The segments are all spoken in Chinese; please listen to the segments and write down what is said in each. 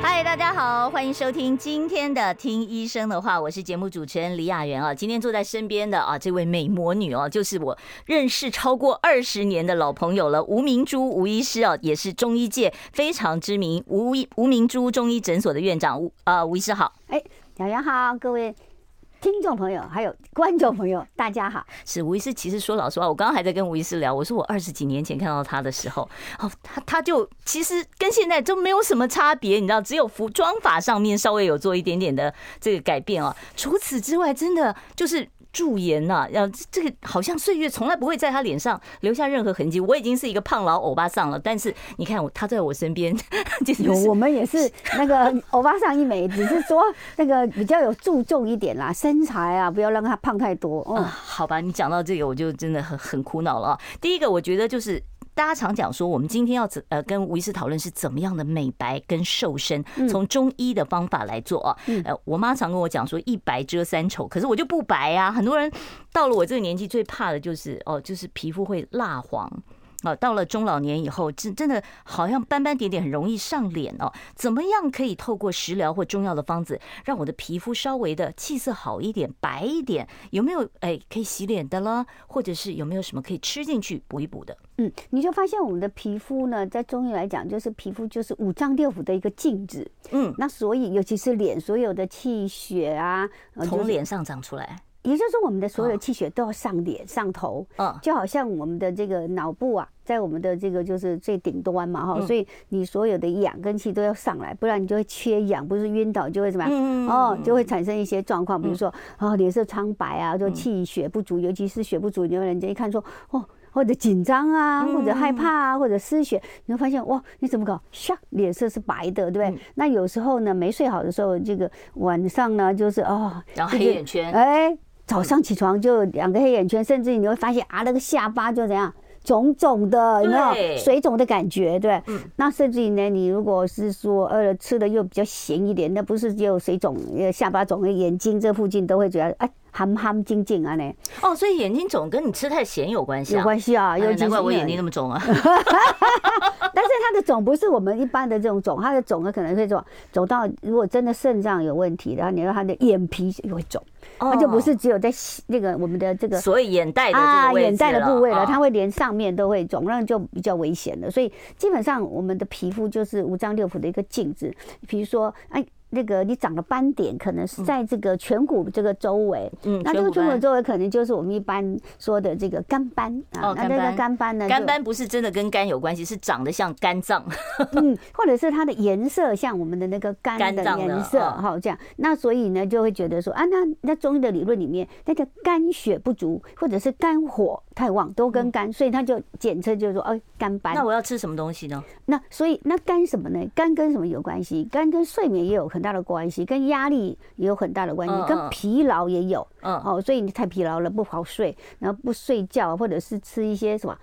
嗨，大家好，欢迎收听今天的《听医生的话》，我是节目主持人李雅媛啊。今天坐在身边的啊，这位美魔女哦、啊，就是我认识超过二十年的老朋友了，吴明珠吴医师哦、啊，也是中医界非常知名吴吴明珠中医诊所的院长吴啊、呃、吴医师好。哎，雅媛好，各位听众朋友，还有观众朋友，大 家好。是吴医师，其实说老实话，我刚刚还在跟吴医师聊，我说我二十几年前看到他的时候，哦，他他就其实跟现在都没有什么差别，你知道，只有服装法上面稍微有做一点点的这个改变哦。除此之外，真的就是驻颜呐，要这个好像岁月从来不会在他脸上留下任何痕迹。我已经是一个胖老欧巴桑了，但是你看我，他在我身边， 就是有我们也 是那个欧巴上一枚，只是说那个比较有注重一点啦，身材啊，不要让他胖太多。啊，嗯，好吧，你讲到这个，我就真的很很苦恼了、啊。第一个，我觉得就是大家常讲说，我们今天要怎呃跟吴医师讨论是怎么样的美白跟瘦身，从中医的方法来做啊。呃，我妈常跟我讲说一白遮三丑，可是我就不白啊。很多人到了我这个年纪，最怕的就是哦，就是皮肤会蜡黄。哦，到了中老年以后，真真的好像斑斑点点很容易上脸哦。怎么样可以透过食疗或中药的方子，让我的皮肤稍微的气色好一点、白一点？有没有哎可以洗脸的啦，或者是有没有什么可以吃进去补一补的？嗯，你就发现我们的皮肤呢，在中医来讲，就是皮肤就是五脏六腑的一个镜子。嗯，那所以，尤其是脸，所有的气血啊，呃就从是脸上长出来。也就是说，我们的所有的哦气血都要上脸、上头，嗯就好像我们的这个脑部啊，在我们的这个就是最顶端嘛哈，嗯所以你所有的氧跟气都要上来，不然你就会缺氧，不是晕倒就会怎么样？嗯哦，就会产生一些状况，比如说啊、哦，脸色苍白嗯啊，就气血不足，尤其是血不足，你会人家一看说哦。或者紧张啊，嗯或者害怕啊，或者失血，你会发现哇，你怎么搞？唰，脸色是白的，对不对？嗯那有时候呢，没睡好的时候，这个晚上呢，就是哦，然后黑就是眼圈哎，早上起床就两个黑眼圈，甚至你会发现啊，那个下巴就怎样。肿肿的，有没对嗯有水肿的感觉？对，那甚至于呢，你如果是说呃吃的又比较咸一点，那不是只有水肿、呃下巴肿、眼睛这附近都会觉得哎，含含静静啊呢，哦，所以眼睛肿跟你吃太咸有关系啊，有关系啊，哎尤其难是怪我眼睛那那么肿 啊。但是它的肿不是我们一般的这种肿，它的肿呢可能会肿肿到，如果真的肾脏有问题，然后你让它的眼皮也会肿，它哦就不是只有在那个我们的这个所以眼袋的这啊，个位置眼袋的部位了，啊它会连上面都会肿，那就比较危险了。所以基本上我们的皮肤就是五脏六腑的一个镜子。比如说，哎，那个你长了斑点，可能是在这个颧骨这个周围，嗯那这个颧骨颧骨斑周围可能就是我们一般说的这个干斑啊哦。那干这斑个干斑呢，干就斑不是真的跟肝有关系，是长得像肝脏。 嗯，或者是它的颜色像我们的那个肝肝的脏的颜色，嗯哈、这样。那所以呢，就会觉得说啊，那那中医的理论里面，那个肝血不足或者是肝火太旺，都跟肝，所以它就简称就是说，哎，肝斑。那我要吃什么东西呢？那所以那肝什么呢？肝跟什么有关系？肝跟睡眠也有很大的关系，跟压力也有很大的关系嗯，嗯跟疲劳也有。嗯哦，所以你太疲劳了不好睡，然后不睡觉，或者是吃一些什么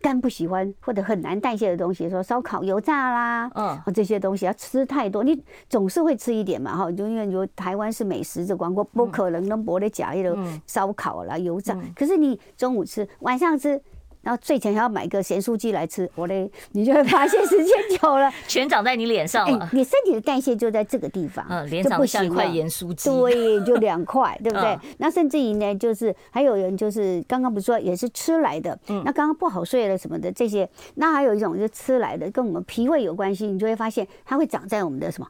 肝不喜欢或者很难代谢的东西，说烧烤、油炸啦，嗯哦，这些东西要吃太多，你总是会吃一点嘛，哈，就因为有台湾是美食之光，我嗯不可能能不得假一个烧烤啦、油炸，可是你中午吃，晚上吃。然后睡前还要买个咸酥鸡来吃，我嘞，你就会发现时间 久了，全长在你脸上哎了，。你身体的代谢就在这个地方，嗯，脸就长不得像一行块了盐酥鸡。对，就两 块，对不对嗯？那甚至于呢，就是还有人就是刚刚不是说也是吃来的，嗯那刚刚不好睡了什么的这些，那还有一种就是吃来的，跟我们脾胃有关系，你就会发现它会长在我们的什么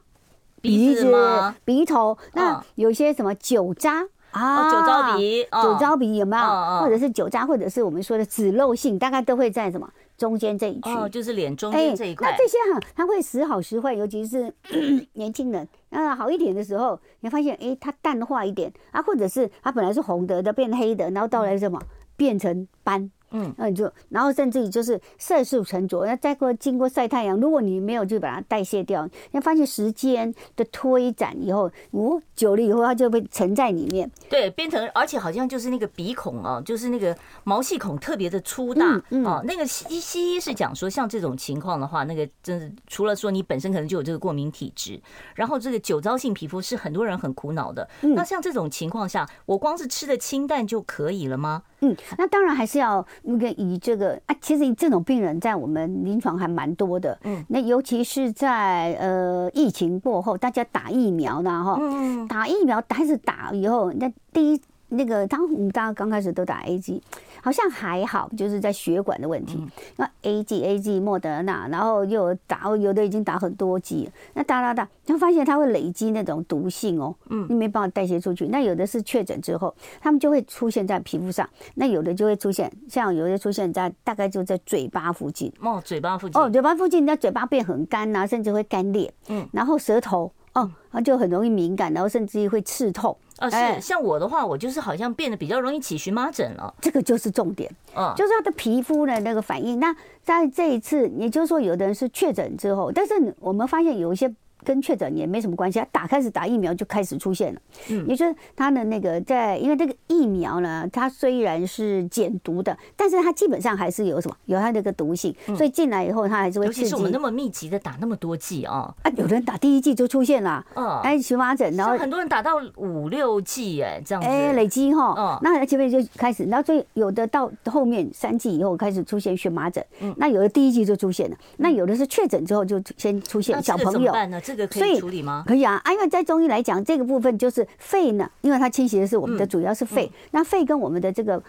鼻子吗？鼻头，嗯那有些什么酒渣。啊哦酒糟鼻嗯酒糟鼻有没有？嗯嗯或者是酒渣，或者是我们说的脂漏性，大概都会在什么中间这一区。哦，就是脸中哎，间这一块。那这些哈、它会时好时坏，尤其是 年轻人，啊、好一点的时候，你会发现哎、它淡化一点啊，或者是它本来是红的，它变黑的，然后到了什么、变成斑。嗯嗯，那你就，然后甚至于就是色素沉着，那再过经过晒太阳，如果你没有去把它代谢掉，你会发现时间的推展以后，哦，久了以后它就被沉在里面。对，变成而且好像就是那个鼻孔哦、就是那个毛细孔特别的粗大哦、嗯嗯那个西西医是讲说，像这种情况的话，那个真是除了说你本身可能就有这个过敏体质，然后这个酒糟性皮肤是很多人很苦恼的。嗯那像这种情况下，我光是吃的清淡就可以了吗？嗯，那当然还是要那个以这个啊，其实这种病人在我们临床还蛮多的。嗯嗯，那尤其是在呃疫情过后，大家打疫苗啦哈，嗯，打疫苗开始打以后，那第一那个当我们大家刚开始都打 A G，好像还好，就是在血管的问题。那 A G A G 莫德纳，然后又打，有的已经打很多剂，那打打打，就发现它会累积那种毒性哦，嗯，你没办法代谢出去。那有的是确诊之后，他们就会出现在皮肤上，那有的就会出现，像有的出现在大概就在嘴巴附近。哦，嘴巴附近哦，嘴巴附近，那嘴巴变很干呐、甚至会干裂。嗯嗯，然后舌头，哦，它就很容易敏感，然后甚至于会刺痛。啊，哎是像我的话，我就是好像变得比较容易起荨麻疹了。这个就是重点，嗯，就是他的皮肤的那个反应。那在这一次，也就是说，有的人是确诊之后，但是我们发现有一些跟确诊也没什么关系，他打开始打疫苗就开始出现了。嗯也就是他的那个在，因为这个疫苗呢，它虽然是减毒的，但是它基本上还是有什么有它那个毒性，所以进来以后它还是会嗯尤刺其是我们激那。么密集的打那么多剂啊，啊，有人打第一剂就出现了，嗯，哎，荨麻疹，然后像很多人打到五六剂哎，这样子。哎、累积嗯哈，那前面就开始，然后最有的到后面三季以后开始出现荨麻疹，嗯那有的第一季就出现了，那有的是确诊之后就先出那现这小个怎朋么友。办呢？这个可所以以处理吗？可以啊，啊，因为在中医来讲，这个部分就是肺呢，因为它侵袭的是我们的嗯主要是肺，那肺跟我们的这个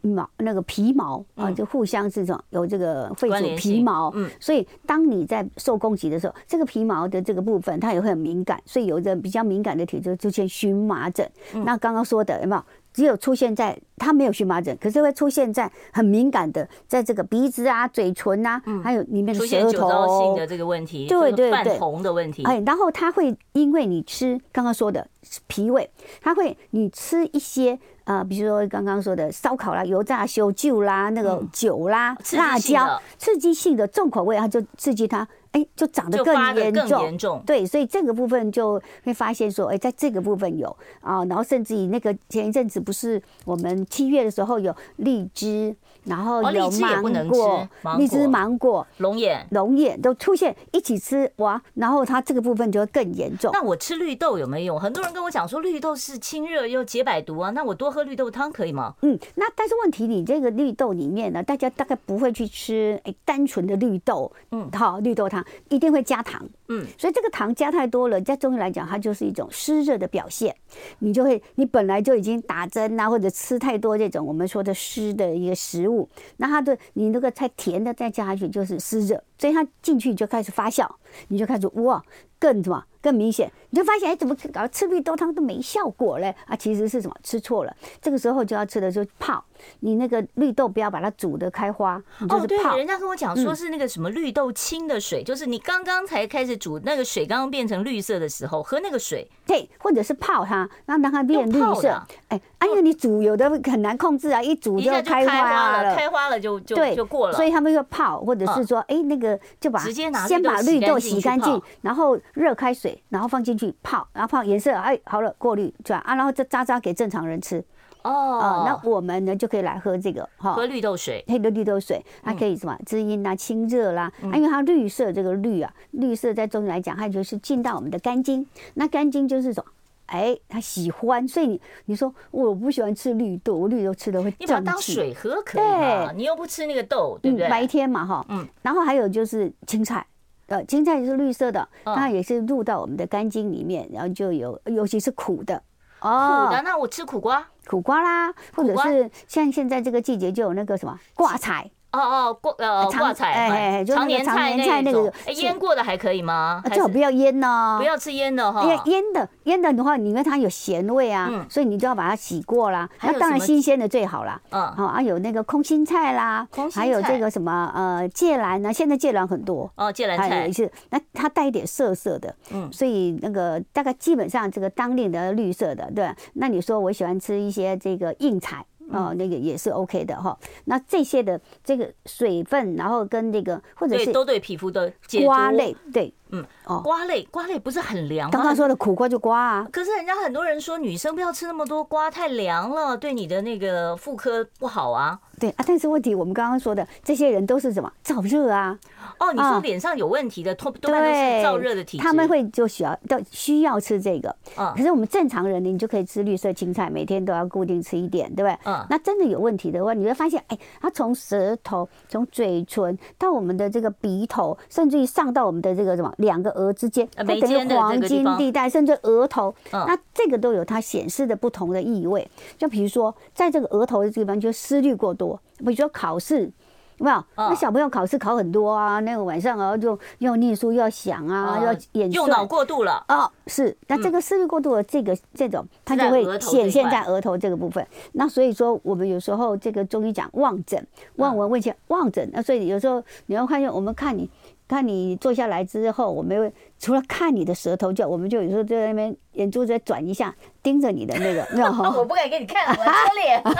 毛那个皮毛啊，嗯就互相是这种有这个肺关主联皮性毛，嗯所以当你在受攻击的时候，这个皮毛的这个部分它也会很敏感，所以有的比较敏感的体质出现荨麻疹。嗯那刚刚说的有没有？只有出现在它没有荨麻疹，可是会出现在很敏感的，在这个鼻子啊、嘴唇啊，还有里面嗯出的现舌酒糟性头的，这个问题，对对泛对红的问题，哎，然后它会因为你吃刚刚说的脾胃，它会你吃一些呃，比如说刚刚说的烧烤啦、油炸、修旧啦、那个酒啦、嗯哦刺激辣性的椒，刺激性的重口味，它就刺激它，哎，就长得就发更的严更重。严重。对，所以这个部分就会发现说，哎，在这个部分有啊，然后甚至于那个前一阵子不是我们七月的时候有荔枝，然后哦有荔枝也芒不能果吃芒，荔枝、果芒果、龙眼，龙眼都出现一起吃哇，然后它这个部分就会更严重。那我吃绿豆有没有用？很多人跟我讲说绿豆是清热又解百毒啊，那我多喝绿豆汤可以吗？嗯，那但是问题，你这个绿豆里面呢，大家大概不会去吃哎单纯的绿豆，嗯好绿豆汤一定会加糖，嗯，所以这个糖加太多了，在中医来讲，它就是一种湿热的表现，你就会你本来就已经打针啊，或者吃太多这种我们说的湿的一个食物，那它的你那个太甜的再加下去就是湿热，所以它进去就开始发酵，你就开始哇更什么更明显，你就发现哎怎么搞吃绿豆汤都没效果嘞啊，其实是什么吃错了，这个时候就要吃的就是泡，你那个绿豆不要把它煮的开花，你就哦，是对泡，，嗯人家跟我讲说是那个什么绿豆清的水，就是你刚刚才开始煮，那个水刚刚变成绿色的时候，喝那个水对，或者是泡它，让它变绿用泡的色啊。哎，啊，因为你煮有的很难控制啊，一煮一就下就开开花花了。开花了就就对，就过了。所以他们就泡，或者是嗯说，哎、那个就把直接拿先绿豆把洗绿干豆净洗去干净泡，然后热开水，然后放进去泡，然后泡颜色，哎，好了，过滤转啊，然后再渣渣给正常人吃啊、哦，那我们呢就可以来喝这个哈。喝绿豆水，黑的绿豆水，它可以什么滋阴啦、清热啦、啊，因为它绿色这个绿啊，绿色在中医来讲，它就是进到我们的肝经，那肝经就是什么？哎，它喜欢，所以你你说我不喜欢吃绿豆，我绿豆吃的会你把它胀当气。水喝可以吗？对你又不吃那个豆，对不对？嗯、白天嘛哈，嗯嗯，然后还有就是青菜。呃，青菜是绿色的，嗯它也是入到我们的肝经里面，然后就有，尤其是苦的，苦的，哦，那我吃苦瓜。苦瓜啦，或苦者瓜是像现在这个季节就有那个什么挂菜，哦哦，挂呃常挂菜，哎哎哎哎就那个年常年菜那那种个哎是腌过的还可以吗？啊还最好是不要腌哦，不要吃腌的哈因为。腌的腌的的话，因为它有咸味啊，嗯所以你就要把它洗过啦。还有那当然什么新鲜的最好啦。嗯好、啊，有那个空心菜啦，空心还有菜这个什么呃芥兰呢、现在芥兰很多。哦，芥兰还有菜一，次，那它带一点涩涩的，嗯所以那个大概基本上这个当令的绿色的，对吧。那你说我喜欢吃一些这个硬菜，嗯哦，那个也是 OK 的哈。那这些的这个水分，然后跟那个或者对，是都对皮肤的解毒瓜，类，对，嗯，哦瓜类，瓜类不是很凉吗？刚刚说的苦瓜就瓜啊，可是人家很多人说女生不要吃那么多瓜，太凉了，对你的那个妇科不好啊。对啊。但是问题我们刚刚说的，这些人都是什么燥热啊，哦，你说啊脸上有问题的，多多半都对，是燥热的体质，他们会就需要都需要吃这个。嗯可是我们正常人呢，你就可以吃绿色青菜，每天都要固定吃一点，对不对？嗯那真的有问题的话，你会发现，哎，它从舌头、从嘴唇到我们的这个鼻头，甚至于上到我们的这个什么两个额之间，呃它眉等间的于黄这个地金方地带，甚至额头。嗯那这个都有它显示的不同的意味。就比如说，在这个额头的地方，就思虑过多，比如说考试。有没有？那嗯小朋友考试考很多啊，那个晚上啊，就又念书又要想啊，呃要演用算脑过度了。哦，是，那这个思虑过度的这个这种，它嗯在就额会头这一显现块在额头这个部分。那所以说，我们有时候这个中医讲望诊，望嗯闻问切，望诊。那所以有时候你要发现，我们看你看你坐下来之后，我们会除了看你的舌头就，我们就有时候就在那边眼珠子再转一下，盯着你的那个，那 我不敢给你看，我遮脸。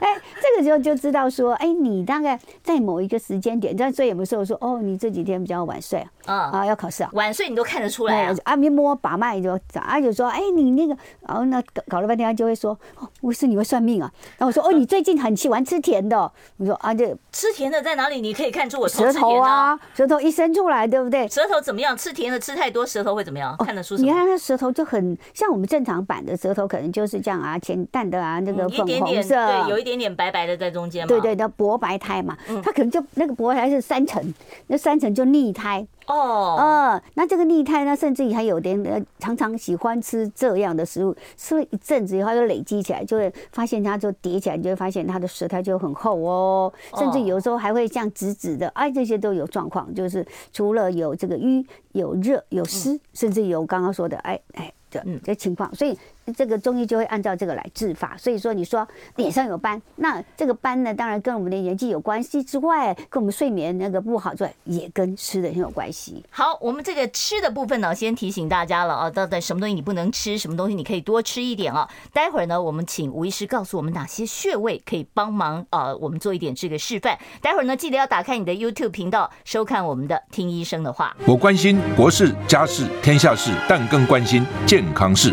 哎，这个时候就知道说，哎，你大概在某一个时间点，但所以有没有时候说，哦，你这几天比较晚睡啊，啊，啊，要考试啊，晚睡你都看得出来对啊。，啊，一摸把脉就长，啊就说，哎，你那个，然后呢搞搞了半天，他就会说，哦，我是你会算命啊，然后我说，哦，你最近很喜欢吃甜的哦、我说啊，这吃甜的在哪里？你可以看出我偷舌吃头甜啊。啊， 舌头一伸出来，对不对？舌头怎么样？吃甜的吃太多，舌头会怎么样？看得出什哦你么？看他舌头就很像我们正常版的舌头，可能就是这样啊，浅淡的啊，那个嗯一粉点红点，色，对，有一点点白白的在中间嘛。嗯对对，叫薄白苔嘛，它可能就那个薄白苔是三层，那三层就腻苔，哦，呃，那这个腻苔呢，甚至于还有点呃，常常喜欢吃这样的食物，吃了一阵子以后，它就累积起来，就会发现它就叠起来，你就会发现它的舌苔就很厚哦，甚至有时候还会像紫紫的，哎，这些都有状况，就是除了有这个瘀、有热、有湿，甚至有刚刚说的，哎哎。这嗯这情况，所以这个中医就会按照这个来治法。所以说，你说脸上有斑，那这个斑呢，当然跟我们的年纪有关系之外，跟我们睡眠那个不好之外，也跟吃的很有关系。好，我们这个吃的部分呢，先提醒大家了啊，到底什么东西你不能吃，什么东西你可以多吃一点啊。待会儿呢，我们请吴医师告诉我们哪些穴位可以帮忙呃，我们做一点这个示范。待会儿呢，记得要打开你的 YouTube 频道，收看我们的听医生的话。我关心国事、家事、天下事，但更关心健康事。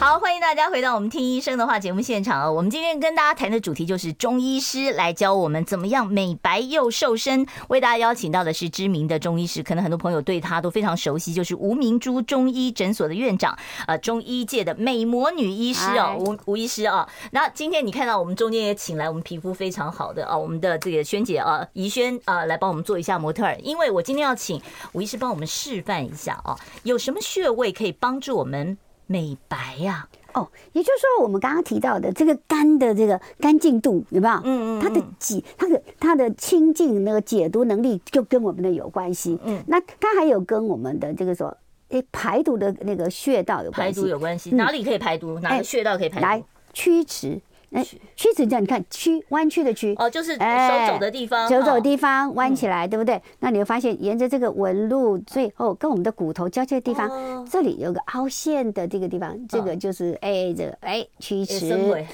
好，欢迎大家回到我们听医生的话节目现场啊！我们今天跟大家谈的主题就是中医师来教我们怎么样美白又瘦身。为大家邀请到的是知名的中医师，可能很多朋友对他都非常熟悉，就是吴明珠中医诊所的院长，呃，中医界的美魔女医师哦哎，吴吴医师啊。那今天你看到我们中间也请来我们皮肤非常好的啊，我们的这个萱姐啊，怡萱啊，来帮我们做一下模特儿，因为我今天要请吴医师帮我们示范一下啊，有什么穴位可以帮助我们美白呀、哦，也就是说，我们刚刚提到的这个肝的这个干净度有没有？嗯嗯嗯它的解它的它的清净那个解毒能力就跟我们的有关系。嗯那它还有跟我们的这个说，诶，排毒的那个穴道有排关毒系有。关系，嗯哪里可以排毒？哪个穴道可以排哎来毒？，曲池，哎，曲池这样你看，曲弯曲的曲，哦，就是手哎肘的地方，手肘的哦地方弯起来，对不对？那你会发现，沿着这个纹路最后跟我们的骨头交界的地哦方，这里有个凹陷的这个地方，这个就是哎，这个哎曲也池。伸尾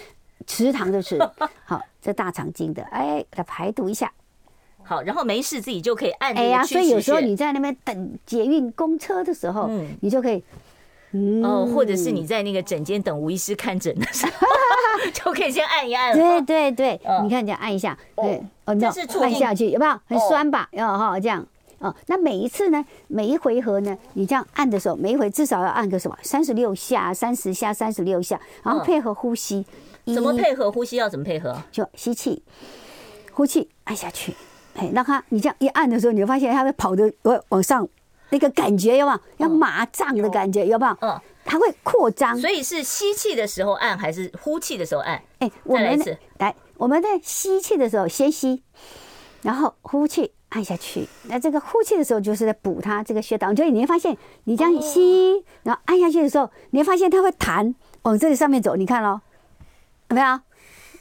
池塘的池， 好，这大肠经的，哎，来排毒一下。好，然后没事自己就可以按这哎个呀，曲所以有池时候穴你在那边等捷运、公车的时候，嗯你就可以，嗯哦，或者是你在那个诊间等吴医师看诊的时 候，就可以先按一按对了。对对，嗯你看这样按一下，对，哦，你这知是道促按进下去有没有？很哦酸吧？要哈这样。哦，那每一次呢，每一回合呢，你这样按的时候，每一回至少要按个什么三十六下、三十下、三十六下，然后嗯配合呼吸，怎么一配合呼吸？要怎么配合？就吸气，呼气，按下去，哎，让它你这样一按的时候，你就发现它会跑的往往上，那个感觉有没有？要麻胀的感觉有没有？嗯，它会扩张。所以是吸气的时候按还是呼气的时候按？哎，我再来一们次来，我们在吸气的时候先吸，然后呼气，按下去。那这个呼气的时候，就是在补它这个穴道。所以你会发现，你这样吸，哦然后按下去的时候，你会发现它会弹往这个上面走。你看咯，有没有？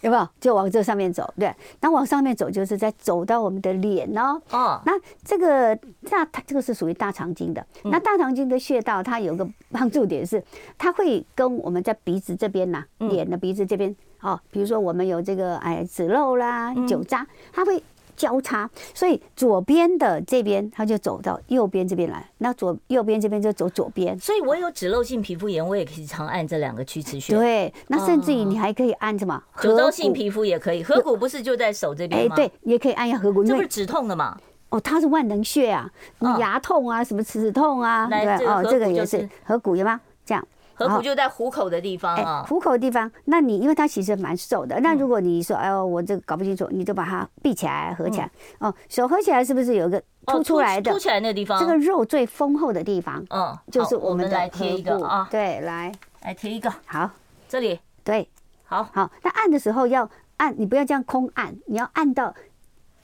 有没有？就往这上面走。对，那往上面走，就是在走到我们的脸哦。哦，那这个大这个是属于大肠经的。嗯那大肠经的穴道，它有个帮助点是，它会跟我们在鼻子这边呐、嗯脸的鼻子这边哦，比如说我们有这个哎子漏啦、嗯酒渣，它会交叉，所以左边的这边它就走到右边这边来，那左右边这边就走左边。所以我有脂漏性皮肤炎，我也可以常按这两个屈尺穴。，对，那甚至于你还可以按什么？嗯酒糟合性谷皮肤也可以，颌骨不是就在手这边哎，吗？对，，也可以按一下合谷，因这不为是止痛的嘛？哦，它是万能穴啊，什么嗯牙痛啊，什么齿痛啊，来这对不对？个哦合，这个谷也就是是合谷，有吗？这样。颌然骨后就在虎口的地方啊哎、啊。嗯虎口的地方，那你因为它其实蛮瘦的，那如果你说，哎呦，我这个搞不清楚，你就把它闭起来、合起来，哦，手合起来是不是有一个嗯哦凸出来的凸起来的地方，这个肉最丰厚的地方，嗯，就是好我们的来贴颌一个骨啊，对，来，来贴一个，好，这里对，好，好，那按的时候要按，你不要这样空按，你要按到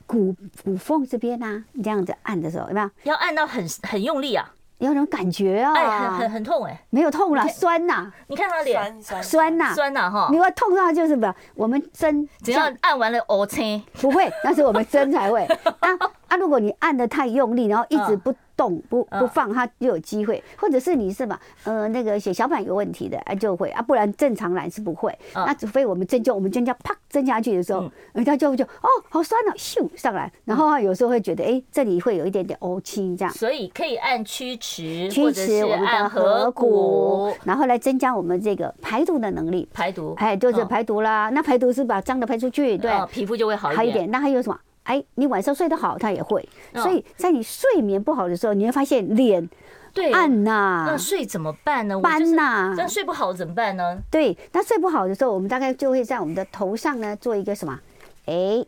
骨骨缝这边啊，你这样子按的时候，有没有？要按到很很用力啊，有种感觉啊，哎，很很很痛哎，没有痛啦，酸呐、你看他脸酸酸酸啊呐、酸呐哈你，要痛到就是不，我们针只要按完了哦，青，不会，那是我们针 才会。啊啊！如果你按的太用力，然后一直不动不嗯不放，它就有机会。或者是你是吧？呃，那个血小板有问题的，啊就会啊，不然正常人是不会。啊嗯那除非我们针灸，我们针灸啪针下去的时候，人家就就哦好酸哦，咻上来。然后啊，有时候会觉得哎这里会有一点点哦青这样。所以可以按曲池，或驱者使是我们的按合颌谷骨，然后来增加我们这个排毒的能力。排毒，哎，就是嗯排毒啦。那排毒是把脏的排出去，对。嗯皮肤就会好好一一点，点。那还有什么？哎，你晚上睡得好，它也会。嗯所以在你睡眠不好的时候，你会发现脸对，暗呐那、睡怎么办呢？我就是斑啊呐、这样睡不好怎么办呢？对，那睡不好的时候，我们大概就会在我们的头上呢做一个什么？哎，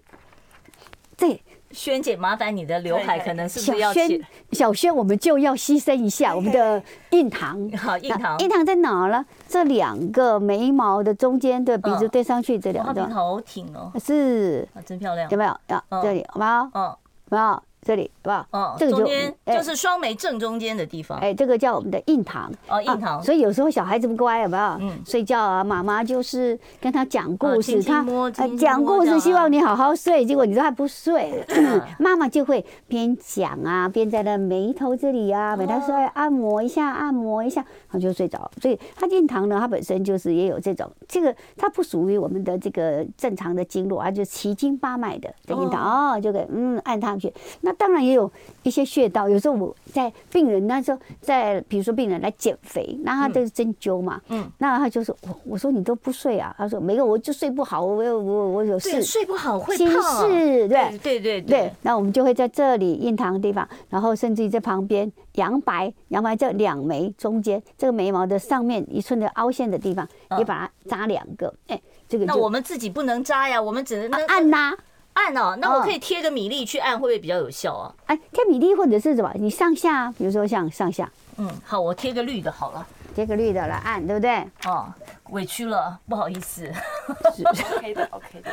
这萱姐，麻烦你的刘海可能是不小是要轩起？，小轩，我们就要牺牲一下我们的印堂。 好，印堂那，印堂在哪儿呢？这两个眉毛的中间的鼻子嗯对上去，这哇，两她个鼻地头方好挺哦，是啊，真漂亮有，没有？啊，嗯这里有没有？有嗯。没有？这里有没有？哦，这个中就间哎就是双眉正中间的地方。哎，这个叫我们的印堂。哦，印堂啊。所以有时候小孩子不乖，有没有？嗯睡觉啊，妈妈就是跟他讲故啊事，轻轻他摸轻轻摸呃啊讲故这事，样希望你好好睡，结果你都还不睡， 妈妈就会边讲啊，边在那眉头这里啊，每他说哎按摩一下，按摩一下，他就睡着了。所以他印堂呢，它本身就是也有这种，这个它不属于我们的这个正常的经络，它就是奇经八脉的这印堂哦，就给嗯按它去。那当然也有一些穴道，有时候我在病人那时候在，比如说病人来减肥，那他就是针灸嘛，嗯那他就说，我我说你都不睡啊，他说没有，我就睡不好，我有我我有对，事，睡不好会心胖啊。事，对对对对，，那我们就会在这里印堂的地方，然后甚至于在旁边阳白，阳白这两眉中间这个眉毛的上面一寸的凹陷的地方，也把它扎两个，哎，这个啊那就我们自己不能扎呀，我们只能啊那按呐、按哦。那我嗯可以贴个米粒去按，会不会比较有效啊？哎，贴米粒或者是什么，你上下，比如说像上下，嗯，好，我贴个绿的好了。贴个绿的来按，对不对？哦，委屈了，不好意思。 ，OK 的 OK 的，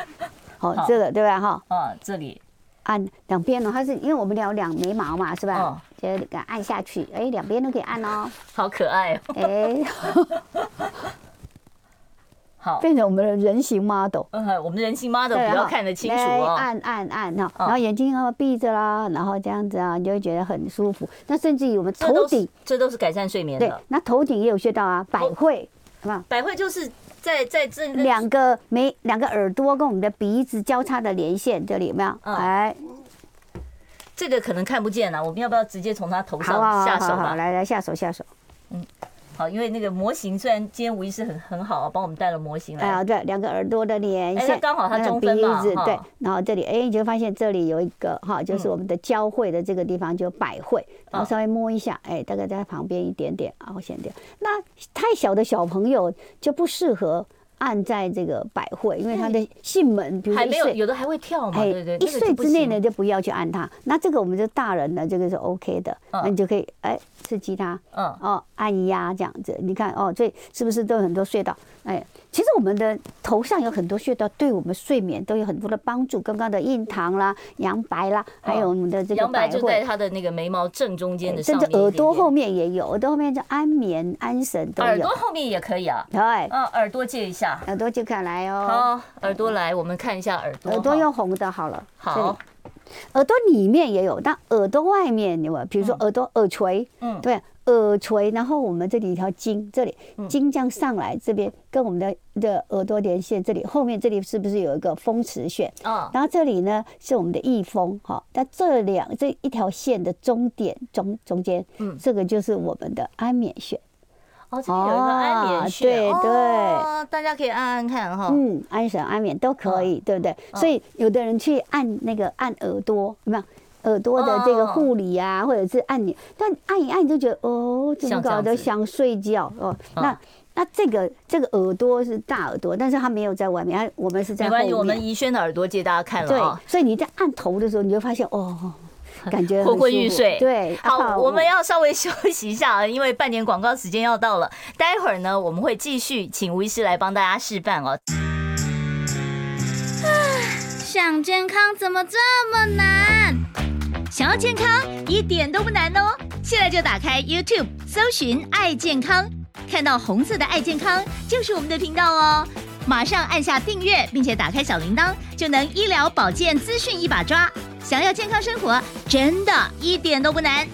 好好，这个对吧？哈，啊，这里按两边哦，它是因为我们聊两眉毛嘛，是哦吧？就给它按下去，哎，两边都可以 按哦，好可爱哦。哎，好，变成我们的人形 model。嗯，我们人形 model 对比较哈看得清楚来哦。按按按哈，哦然后眼睛要闭着啦，然后这样子啊，你就会觉得很舒服。那甚至于我们这都头是顶，这都是改善睡眠对的。，哦那头顶也有穴道啊，百会，好不好？百惠就是在在这两个眉，两个耳朵跟我们的鼻子交叉的连线，这里有没有？嗯哎，这个可能看不见了，啊我们要不要直接从他头好好上下好手好好，吧？来来下手下手。好，因为那个模型虽然今天吴医师很很好啊，帮我们带了模型来哎，，对，两个耳朵的连哎线，那刚好它那个中分嘛鼻子哈对，然后这里，哎，你就发现这里有一个哈，就是我们的交汇的这个地方，就百会，嗯然后稍微摸一下，哎，大概在旁边一点点凹陷点。那太小的小朋友就不适合按在这个百会，因为它的囟门，比如说还一没有，岁有的还会跳嘛，哎，对对，一那个就岁不之内行呢，就不要去按它。那这个我们就大人呢，这个是 OK 的，那嗯你就可以哎刺激它嗯，哦，按压这样子。你看哦，所以是不是都有很多穴道？哎，其实我们的头上有很多穴道，对我们睡眠都有很多的帮助。刚刚的印堂啦、阳白啦，还有我们的这个杨哦白百就在会。他的那个眉毛正中间的上甚面至一点点，耳朵后面也有，耳朵后面就安眠、安神都耳有朵。后面也可以啊，对，嗯，耳朵借一下，耳朵就看来哦，好，耳朵来，我们看一下耳朵，耳朵用红的好了。这里好，耳朵里面也有，但耳朵外面有没有？比如说耳朵、耳垂，嗯对，耳垂，然后我们这里一条筋，这里嗯筋这样上来，这边跟我们的的耳朵连线，这里后面这里是不是有一个风池穴？嗯，然后这里呢是我们的翼峰，哈，那这两这一条线的终点中中间，嗯这个就是我们的安眠穴，哦，这边有一个安眠穴，哦对对哦，大家可以按按看哈，嗯，安神安眠都可哦以，对不对？所以有的人去按那个按耳朵，有没有？耳朵哦的这个护理啊，或者是按你，但按一按你就觉得哦，怎么像这搞样得子想睡觉哦？那那这个这个耳朵是大耳朵，但是它没有在外面，它我们是在没后关系，我们面。怡轩的耳朵借大家看了对啊，，所以你在按头的时候，你就发现哦，感觉很昏昏欲舒服睡。对，啊好，我们要稍微休息一下啊，因为半年广告时间要到了。待会儿呢，我们会继续请吴医师来帮大家示范 哦。想健康怎么这么难？想要健康一点都不难哦！现在就打开 YouTube 搜寻“爱健康”，看到红色的“爱健康”就是我们的频道哦。马上按下订阅，并且打开小铃铛，就能医疗保健资讯一把抓。想要健康生活，真的一点都不难，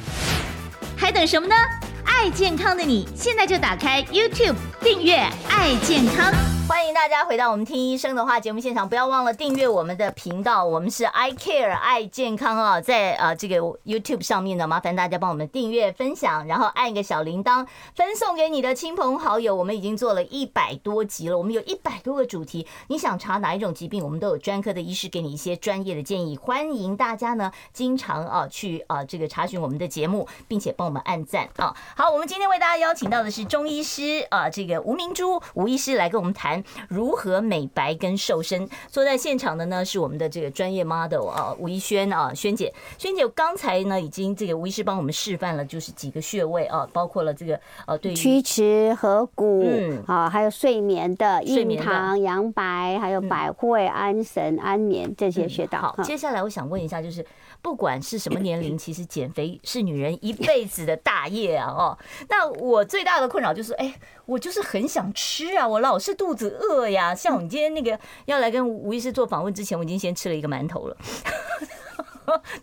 还等什么呢？爱健康的你，现在就打开 YouTube 订阅“爱健康”。欢迎大家回到我们听医生的话节目现场，不要忘了订阅我们的频道，我们是 I Care 爱健康啊，在呃这个 YouTube 上面呢，麻烦大家帮我们订阅、分享，然后按一个小铃铛，分送给你的亲朋好友。我们已经做了一百多集了，我们有一百多个主题，你想查哪一种疾病，我们都有专科的医师给你一些专业的建议。欢迎大家呢经常啊去啊这个查询我们的节目，并且帮我们按赞啊。好，我们今天为大家邀请到的是中医师啊，这个吴明珠吴医师来跟我们谈如何美白跟瘦身。坐在现场的呢是我们的这个专业 model 啊，吴一轩啊，轩姐，轩姐刚才呢已经这个吴医师帮我们示范了，就是几个穴位啊，包括了这个呃对于曲池、合谷嗯啊，还有睡眠的睡印眠的堂、阳白，还有百会、安神、安眠这些穴道。嗯好，哈接下来我想问一下，就是不管是什么年龄，其实减肥是女人一辈子的大业啊！哦，那我最大的困扰就是，哎，我就是很想吃啊，我老是肚子饿呀。像我们今天那个要来跟吴医师做访问之前，我已经先吃了一个馒头了。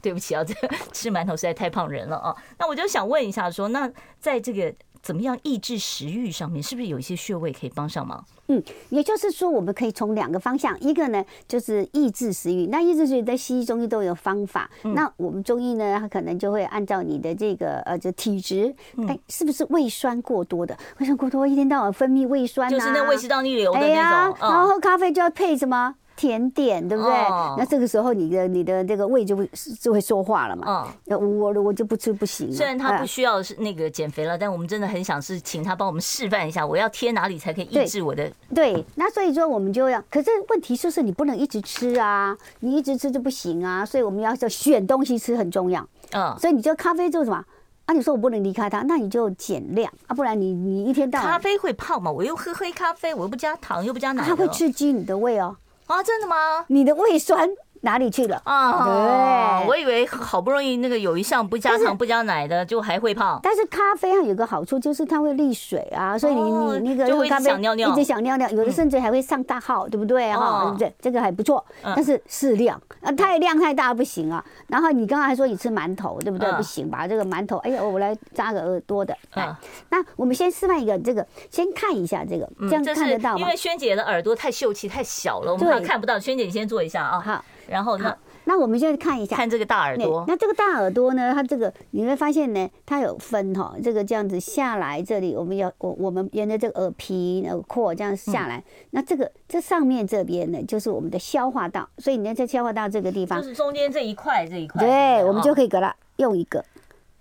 对不起啊，这个吃馒头实在太胖人了啊。那我就想问一下说那在这个怎么样抑制食欲上面，是不是有一些穴位可以帮上忙？嗯，也就是说，我们可以从两个方向，一个呢就是抑制食欲。那抑制食欲在西医、中医都有方法。嗯那我们中医呢，它可能就会按照你的这个呃，就体质，嗯哎，是不是胃酸过多的？胃酸过多，一天到晚分泌胃酸、啊，就是那胃食道逆流的哎呀，那种，然后嗯喝咖啡就要配什么甜点，对不对？哦那这个时候你的你的这个胃就会就会说话了嘛。嗯。那我我就不吃不行了。虽然他不哎需要是那个减肥了，但我们真的很想是请他帮我们示范一下，我要贴哪里才可以抑对制我的对，那所以说我们就要，可是问题就是你不能一直吃啊，你一直吃就不行啊，所以我们要选东西吃很重要。嗯。所以你就咖啡做什么？啊，你说我不能离开它，那你就减量啊，不然你你一天到咖晚啡会胖吗？我又喝黑咖啡，我又不加糖，又不加奶啊了， 它会刺激你的胃哦，啊？真的吗？你的胃酸哪里去了？啊，对我以为好不容易那个有一项不加糖不加奶的，就还会胖。但是咖啡它有个好处就是它会利水啊，所以你哦你那个就会喝一直咖啡想尿尿一直想尿尿，有的甚至还会上大号，对不对哈？哦对不对？这个还不错，嗯但是适量啊，太量太大不行啊。然后你刚刚还说你吃馒头，对不对？嗯不行，把这个馒头，哎呀，我来扎个耳朵的。哎啊，那我们先示范一个这个，先看一下这个，这样嗯这看是得到因吗为？轩姐的耳朵太秀气太小了，我们怕对看不到。轩姐，你先做一下啊。好，然后呢好，那我们就看一下，看这个大耳那朵，那这个大耳朵呢，它这个你会发现呢，它有分哈、这个这样子下来，这里我们要我我们沿着这个耳皮耳廓这样下嗯来，那这个这上面这边呢，就是我们的消化道，所以你要在消化道这个地方就，是中间这一块这一啊块。对，我们就以。哦可以给它用一个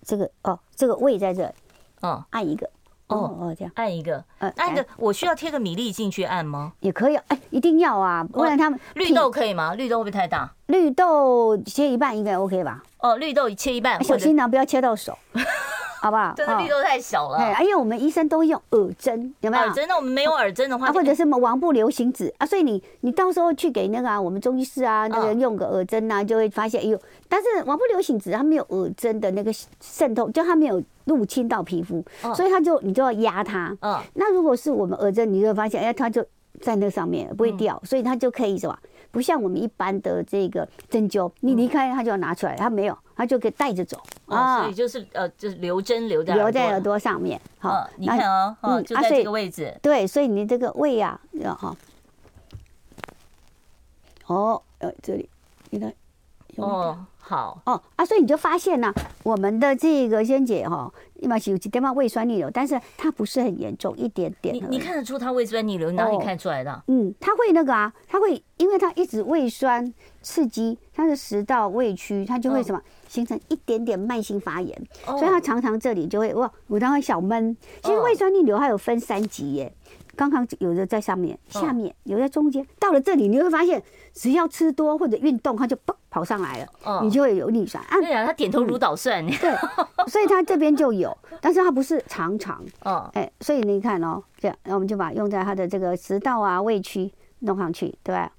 这个哦，这个胃在这嗯按一个。哦哦，这样按一个，呃按个，我需要贴个米粒进去按吗？也可以，哎，一定要啊，不然他们哦绿挺豆可以吗？绿豆会不会太大？绿豆切一半应该 OK 吧？哦，绿豆切一半，哎小或者心啊呐、不要切 到手，好不好？真的绿哦豆太小哎，了。因为我们医生都用耳针，有没有？耳针，那我们没有耳针的话啊，，或者是我们王不留行指啊，所以你你到时候去给那个啊，我们中医师啊，那个嗯用个耳针啊，就会发现，哎呦，但是王不留行指它没有耳针的那个渗透，就它没有入侵到皮肤，嗯所以它就你就要压它。嗯，那如果是我们耳针，你就会发现，哎，它就在那上面不会掉，嗯所以它就可以什么？不像我们一般的这个针灸，你离开它就要拿出来，它没有，它就可以带着走哦哦，所以就是呃，就是留针留在啊留在耳朵。朵上面。好嗯，，你看哦，那哦，嗯就啊在所这以个位置。对，所以你这个胃呀、要哈，哦，呃，这里，你看，有没有哦，好，哦啊，所以你就发现呢、我们的这个仙姐哈，一般是有几点嘛胃酸逆流，但是它不是很严重，一点点你而已你看得出它胃酸逆流，哪里看出来的啊？嗯，它会那个啊，它会，因为它一直胃酸刺激它的食道胃区，它就会什么、形成一点点慢性发炎，哦所以它常常这里就会哇，我当会小闷。其实哦胃酸逆流它有分三级耶，刚刚有的在上面，下面有的在中间，到了这里你会发现，只要吃多或者运动，它就嘣跑上来哦了，你就会有逆转啊。对呀，他点头如捣蒜。对，所以它这边就有，但是它不是常常。哦，哎、所以你看哦，这样，那我们就把用在它的这个食道啊、胃区弄上去，对吧？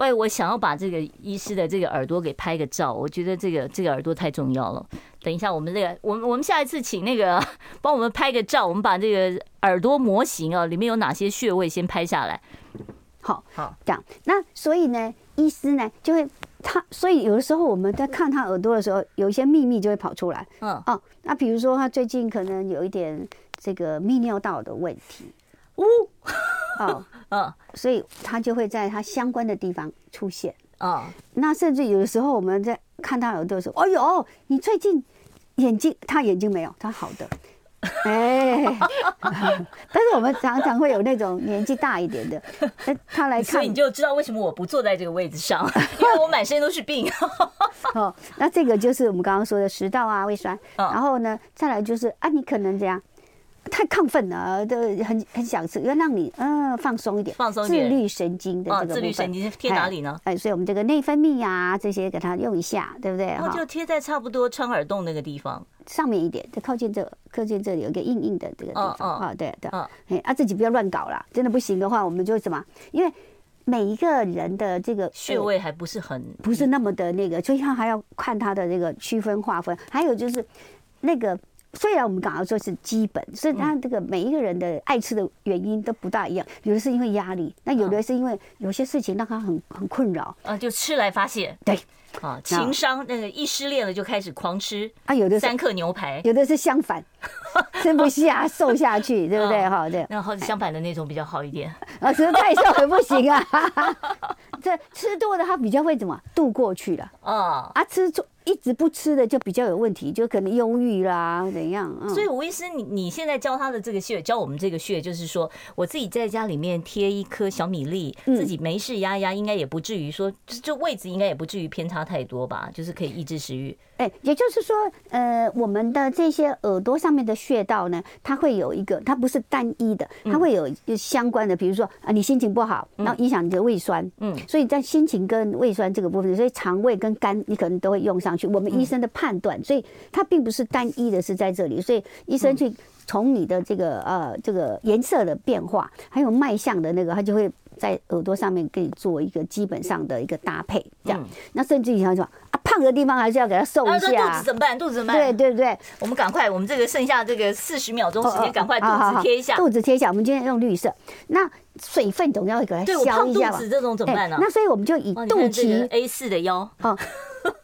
喂，哎我想要把这个医师的这个耳朵给拍个照，我觉得这个这个耳朵太重要了。等一下，我们这个，我们我们下一次请那个帮我们拍个照，我们把这个耳朵模型啊，里面有哪些穴位先拍下来。好，好，这样。那所以呢，医师呢就会他，所以有的时候我们在看他耳朵的时候，有一些秘密就会跑出来嗯，哦。那比如说他最近可能有一点这个泌尿道的问题，呜、哦，嗯，所以他就会在他相关的地方出现。哦，那甚至有的时候我们在看他耳朵的时候，哎呦，你最近眼睛，他眼睛没有，他好的。 哎， 但是我们常常会有那种年纪大一点的，哎他来所看以你就知道为什么我不坐在这个位置 上，因为我满身都是病。哦，那这个就是我们刚刚说的食道啊、胃酸，嗯然后呢，再来就是啊，你可能这样太亢奋了，对，很很想吃，要让你嗯、呃放松一点，放松一自点律神经的哦这个自律部分神经贴哪里呢哎？哎，所以我们这个内分泌啊这些给它用一下，对不对？然后就哈贴在差不多穿耳洞那个地方。上面一点，就靠近这靠近这里有一个硬硬的这个地嗯方嗯啊，对对，嗯哎啊自己不要乱搞啦，真的不行的话，我们就什么，因为每一个人的这个穴呃位还不是很不是那么的那个，所以他还要看他的这个区分划分，还有就是那个。虽然我们刚刚说是基本，所以他这个每一个人的爱吃的原因都不大一样，有的是因为压力，那有的是因为有些事情让他很很困扰啊，就吃来发泄对啊，情商那个一失恋了就开始狂吃啊，有的是三克牛排，有的是相反， 吃不下瘦下去，对不对？嗯哈，对，然后相反的那种比较好一 点。啊，吃太瘦也不行啊， 这吃多的他比较会怎么度过去了啊。啊，吃错一直不吃的就比较有问题，就可能忧郁啦怎样，嗯所以吴医师，你你现在教他的这个穴，教我们这个穴，就是说我自己在家里面贴一颗小米粒，嗯自己没事压压，应该也不至于说这这位置应该也不至于偏差太多吧，就是可以抑制食欲。哎，也就是说，呃，我们的这些耳朵上面的穴道呢，它会有一个，它不是单一的，它嗯会有一相关的，比如说啊，你心情不好，然后影响你的胃酸，嗯所以在心情跟胃酸这个部分，所以肠胃跟肝你可能都会用上去。我嗯们医生的判断，所以它并不是单一的，是在这里，所以医生嗯去从你的这个呃这个颜色的变化，还有脉象的那个，他就会在耳朵上面给你做一个基本上的一个搭配，这样。那甚至于像什么啊，胖的地方还是要给它瘦嗯啊，一说肚下子。怎么办？肚子怎么对办？对对，我们赶快，我们这个剩下这个四十秒钟时哦间，哦赶快肚好好子好贴一下。肚子贴一下。我们今天用绿色，那水分总要给它对我消胖一肚下吧子。这种怎么办呢哎？那所以我们就以哦，你肚看这个脐 A 四的腰，哦，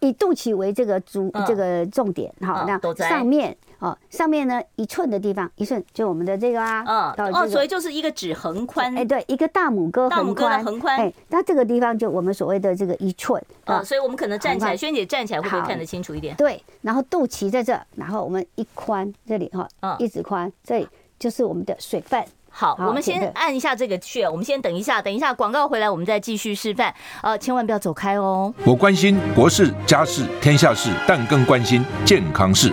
以肚脐为这个主嗯这个重点，好，嗯那肚脐上面哦，上面呢一寸的地方，一寸就我们的这个啊，嗯，到哦，这所个以就是一个指横宽，哎，对，一个大拇哥大拇横哥的宽，横宽哎，那这个地方就我们所谓的这个一寸啊，所以我们可能站起来，横宽萱姐站起来会不会好看得清楚一点？对，然后肚脐在这，然后我们一宽这里哈嗯，一直宽这里就是我们的水分，好，好我们先对对按一下这个穴，我们先等一下，等一下广告回来，我们再继续示范。呃，千万不要走开哦。我关心国事、家事、天下事，但更关心健康事。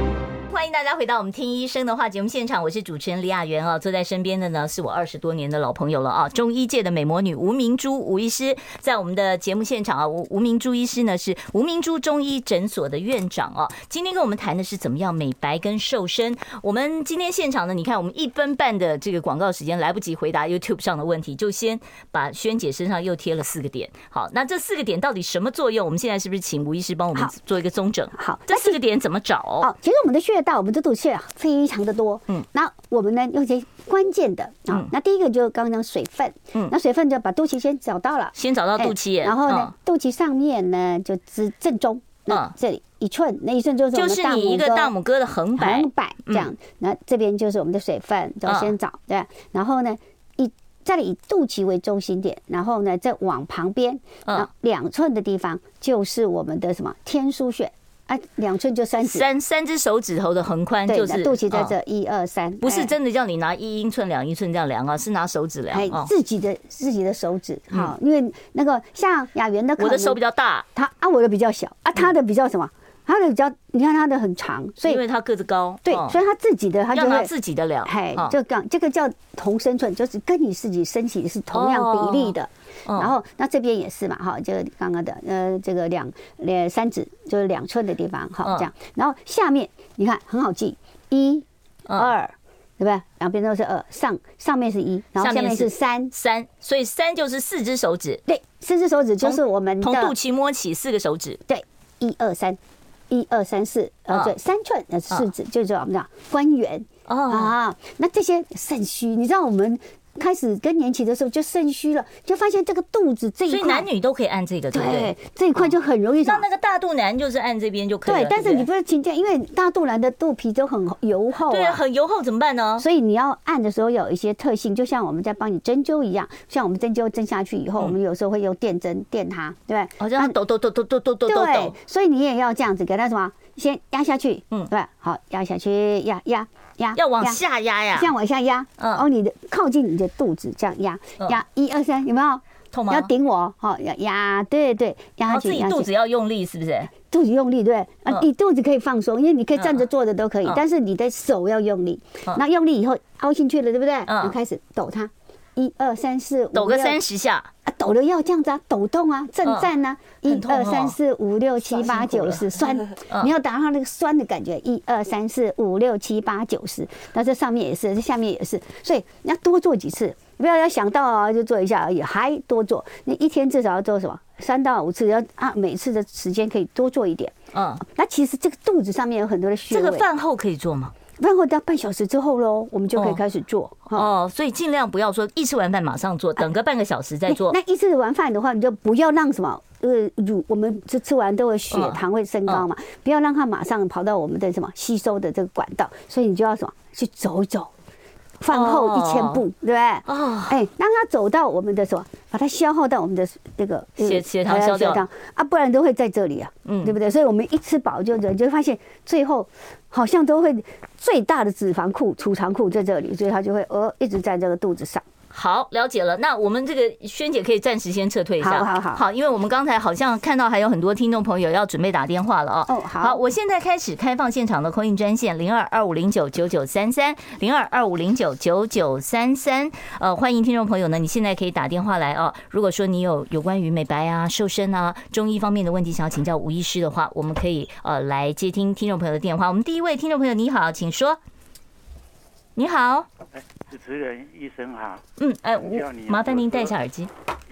欢迎大家回到我们听医生的话节目现场，我是主持人李雅媛啊，坐在身边的呢是我二十多年的老朋友了啊，中医界的美魔女吴明珠吴医师，在我们的节目现场啊，吴吴明珠医师呢是吴明珠中医诊所的院长啊，今天跟我们谈的是怎么样美白跟瘦身。我们今天现场呢，你看我们一分半的这个广告时间来不及回答 YouTube 上的问题，就先把萱姐身上又贴了四个点。好，那这四个点到底什么作用？我们现在是不是请吴医师帮我们好做一个中整？好这四个点怎么找？哦，其实我们的穴道，我们的肚穴啊非常的多。嗯嗯，那我们呢用一些关键的啊、嗯那第一个就是刚刚讲水分，嗯嗯，那水分就把肚脐先找到了，先找到肚脐眼，哎然后呢嗯，肚脐上面呢就之正中，嗯那这里一寸，那一寸就是我就们是大你一个拇哥大拇哥的横摆嗯横，摆这样。那这边就是我们的水分，就先找对吧。然后呢，以这里以肚脐为中心点，然后呢再往旁边，嗯那两寸的地方就是我们的什么天枢穴啊，两寸就三指，三三只手指头的横宽对，就是那肚脐在这嗯，一二三，不是哎真的叫你拿一英寸、两英寸这样量啊，是拿手指量哎哦。自己的自己的手指好，因为那个像雅媛的嗯可我能，的手比较大，他啊，我的比较小啊，他的比较什么？他的比较，你看他的很长，嗯所因以为它个子高，对嗯，所以他自己的他要就拿会。自己的量，嘿嗯，就讲这个叫同身寸，就是跟你自己身体是同样比例的。嗯然后那这边也是嘛，哈，就刚刚的呃，这个两呃三指就是两寸的地方，嗯哈，这样。然后下面你看很好记，一、嗯二，对吧？两边都是二，上上面是一，然后下面下面是是三。三，所以三就是四只手指，对，四只手指就是我们从肚的脐摸起四个手指，对，一二三，一二三四，嗯呃，对，三寸呃四指就是我们的官员。啊哦，啊，那这些肾虚，你知道我们开始更年期的时候就肾虚了，就发现这个肚子这所一以块，男女都可以按这个，对不对对？这一块就很容易什那么那个大肚腩就是按这边就可以对了，，但是你不不是勤俭，因为大肚腩的肚皮都很油厚、对对啊，啊。很油厚怎么办呢？所以你要按的时候有一些特性，就像我们在帮你针灸一样，像我们针灸针下去以嗯后，我们有时候会用电针电它，对不对？好像抖抖抖抖抖抖抖抖对抖，，所以你也要这样子给它什么，先压下去，嗯嗯，对吧，好，压下去，压压压，要往压下压呀这，样往下压，嗯然后你的靠近你的肚子这样压嗯，压一二三，有没有？痛吗？要顶我，好，要压，对对，然压下后哦自去，己压下肚去子要用力，是不是？肚子用力，对，啊嗯，你肚子可以放松，因为你可以站着嗯坐着都可以嗯，但是你的手要用力嗯，那用力以后凹进去了，对不对？嗯然后开始抖它，一二三四，五抖个六三十下，啊，抖的要这样子啊，抖动啊，震颤啊，嗯一很痛哦二三四五六七八九十，酸，嗯你要达到那个酸的感觉，一二三四五六七八九十，那这上面也是，这下面也是，所以你要多做几次，不要要想到啊就做一下而已，还多做，你一天至少要做什么？三到五次，要啊，每次的时间可以多做一点。嗯，那其实这个肚子上面有很多的穴这位，个饭后可以做吗？饭后到半小时之后喽，我们就可以哦开始做。哈哦，所以尽量不要说一吃完饭马上做，等个半个小时再做那。一次完饭的话，你就不要让什么。呃，乳我们吃吃完都会血嗯糖会升高嘛，不要让它马上跑到我们的什么吸收的这个管道，所以你就要什么去走一走，饭后一千步，对不对？哦，哎，让它走到我们的什么，把它消耗到我们的那个呃血血糖呃消掉血糖啊，不然都会在这里啊，嗯对不对？所以我们一吃饱就人就发现最后好像都会最大的脂肪库储藏库在这里，所以它就会呃一直在这个肚子上。好，了解了。那我们这个萱姐可以暂时先撤退一下，好好好因为我们刚才好像看到还有很多听众朋友要准备打电话了哦。哦好我现在开始开放现场的空运专线零二二五零九九九三三零二二五零九九九三三，呃，欢迎听众朋友呢，你现在可以打电话来哦。如果说你有有关于美白啊、瘦身啊、中医方面的问题想要请教吴医师的话，我们可以呃来接听听众朋友的电话。我们第一位听众朋友你好，请说。你好，主持人医生好，嗯，哎，我叫你啊麻烦您我说哦戴一下耳机。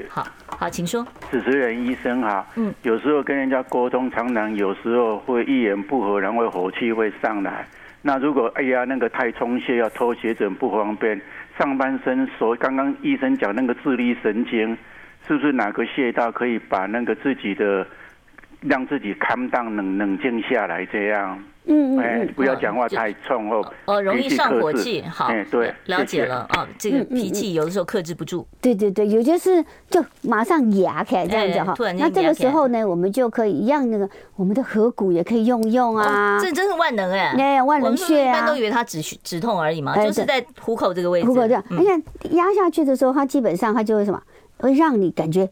好好，请说。主持人医生好。嗯，有时候跟人家沟通，常常有时候会一言不合，然后火气会上来。那如果哎呀那个太充血要抽血疹不方便，上半身所刚刚医生讲那个自律神经，是不是哪个穴道可以把那个自己的让自己 calm down 冷冷静下来，这样，嗯嗯哎嗯，，不要讲话太冲哦，呃，容易脾气上克火制气，好哎，，对，了谢谢解了。啊，这嗯个脾气有的时候克制不住，对对对，有些是就马上压开这样子哎突哈。然间那这压个起来时候呢，我们就可以让那个我们的合谷也可以用用啊，哦这真是万能哎，哎，万我们能穴一般啊都。以为它止血止痛而已嘛，哎就是在虎口这个位置。如果这样，嗯哎而且压下去的时候，它基本上它就会什么，会让你感觉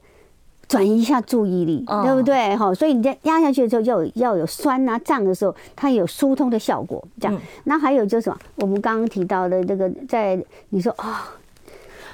转移一下注意力，哦对不对？哈，所以你在压下去的时候，要有要有酸啊胀的时候，它有疏通的效果。这样嗯，那还有就是什么，我们刚刚提到的这个，在你说啊、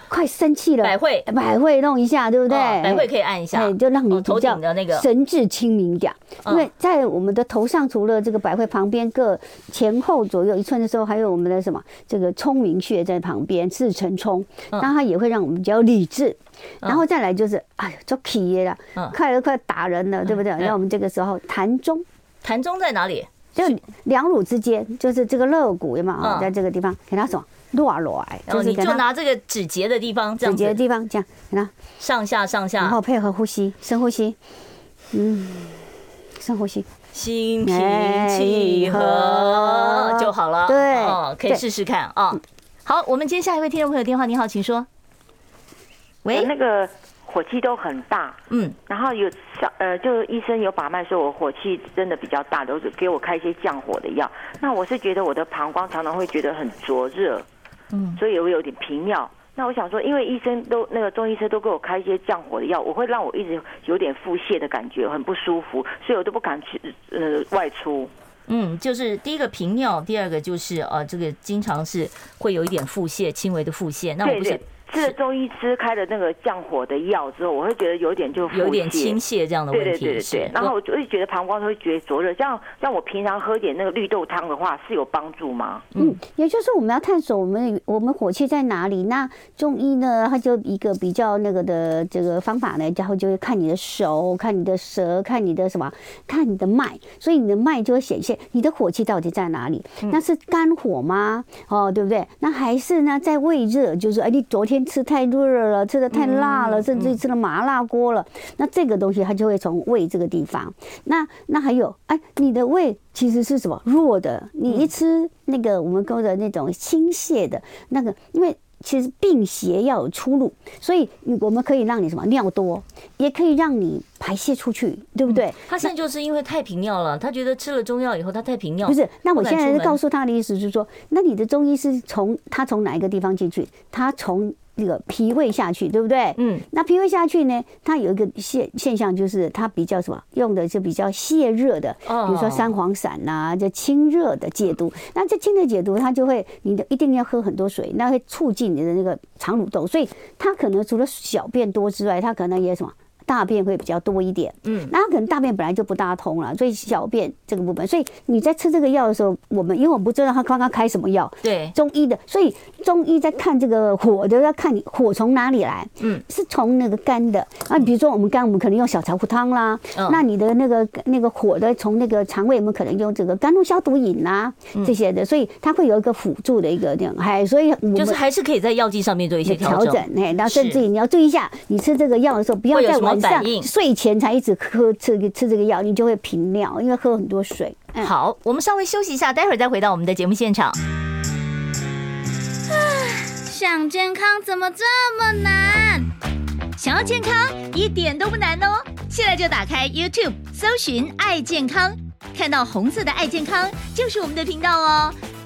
快生气了，百会百会弄一下，对不对？哦百会可以按一下哎，就让你哦头比较顶的那个嗯神志清明一点，因为在我们的头上，除了这个百会旁边各前后左右一寸的时候，还有我们的什么这个聪明穴在旁边，四成聪，嗯然后它也会让我们比较理智。嗯然后再来就是，哎呦，做企业了嗯，快了快打人了，对不对？嗯那我们这个时候痰中，痰中在哪里？就两乳之间，就是这个肋骨有没有嗯啊？在这个地方给它什么落落来，然就后哦是你给就它拿这个指节的地方，这指样节的子地方这样，给它上下上然后下，配合呼吸，深呼吸，嗯，深呼吸，嗯心平气和哎就好了。对哦，可以对试试看啊。好，我们接下一位听众朋友电话，你好，请说。喂，呃那个火气都很大，嗯，然后有小呃，就医生有把脉说我火气真的比较大，都是给我开一些降火的药。那我是觉得我的膀胱常常会觉得很灼热，嗯，所以我有点频尿。那我想说，因为医生都那个中医师都给我开一些降火的药，我会让我一直有点腹泻的感觉，很不舒服，所以我都不敢去呃外出。嗯，就是第一个频尿，第二个就是呃，这个经常是会有一点腹泻，轻微的腹泻。那我对不是对，吃了中医师开的那个降火的药之后，我会觉得有点就腹有点泻倾泻这样的对问对题，对对是对，然后我就会觉得膀胱都会觉得灼热，像像我平常喝点那个绿豆汤的话是有帮助吗？嗯，也就是我们要探索我们我们火气在哪里。那中医呢，它就一个比较那个的这个方法呢，然后就是看你的手，看你的舌，看你的什么，看你的脉，所以你的脉就会显现你的火气到底在哪里。那是肝火吗？哦，对不对？那还是呢，在胃热，就是哎，你昨天吃太热了，吃的太辣了，甚至于吃了麻辣锅了，那这个东西它就会从胃这个地方。那那还有，哎，你的胃其实是什么弱的？你一吃那个我们说的那种清泻的那个，因为其实病邪要有出路，所以我们可以让你什么尿多，也可以让你排泄出去，对不对？他现在就是因为太平尿了，他觉得吃了中药以后他太平尿，不是，那我现在是告诉诉他的意思是说，那你的中医是从他从哪一个地方进去？他从那个脾胃下去，对不对？嗯，那脾胃下去呢，它有一个现现象，就是它比较什么，用的是比较泻热的，哦比如说三黄散呐、这清热的解毒。那这清热解毒，它就会你的一定要喝很多水，那会促进你的那个肠蠕动，所以它可能除了小便多之外，它可能也什么。大便会比较多一点，嗯那它可能大便本来就不大通了，所以小便这个部分，所以你在吃这个药的时候，我们因为我们不知道他刚刚开什么药，对中医的，所以中医在看这个火的，要看你火从哪里来，嗯，是从那个肝的。那比如说我们肝，我们可能用小柴胡汤啦，嗯那你的那个那个火的从那个肠胃，我们可能用这个甘露消毒饮啦、嗯这些的，所以它会有一个辅助的一个这样，哎，所以我们就是还是可以在药剂上面做一些调调整整。，哎，然后甚至于你要注意一下，你吃这个药的时候，不要会有在什么晚反上应睡前才一直喝吃吃这个药，你就会频尿，因为喝很多水。嗯好，我们稍微休息一下，待会儿再回到我们的节目现场。想健康怎么这么难？想要健康一点都不难哦！现在就打开 YouTube 搜寻“爱健康”，看到红色的“爱健康”就是我们的频道哦。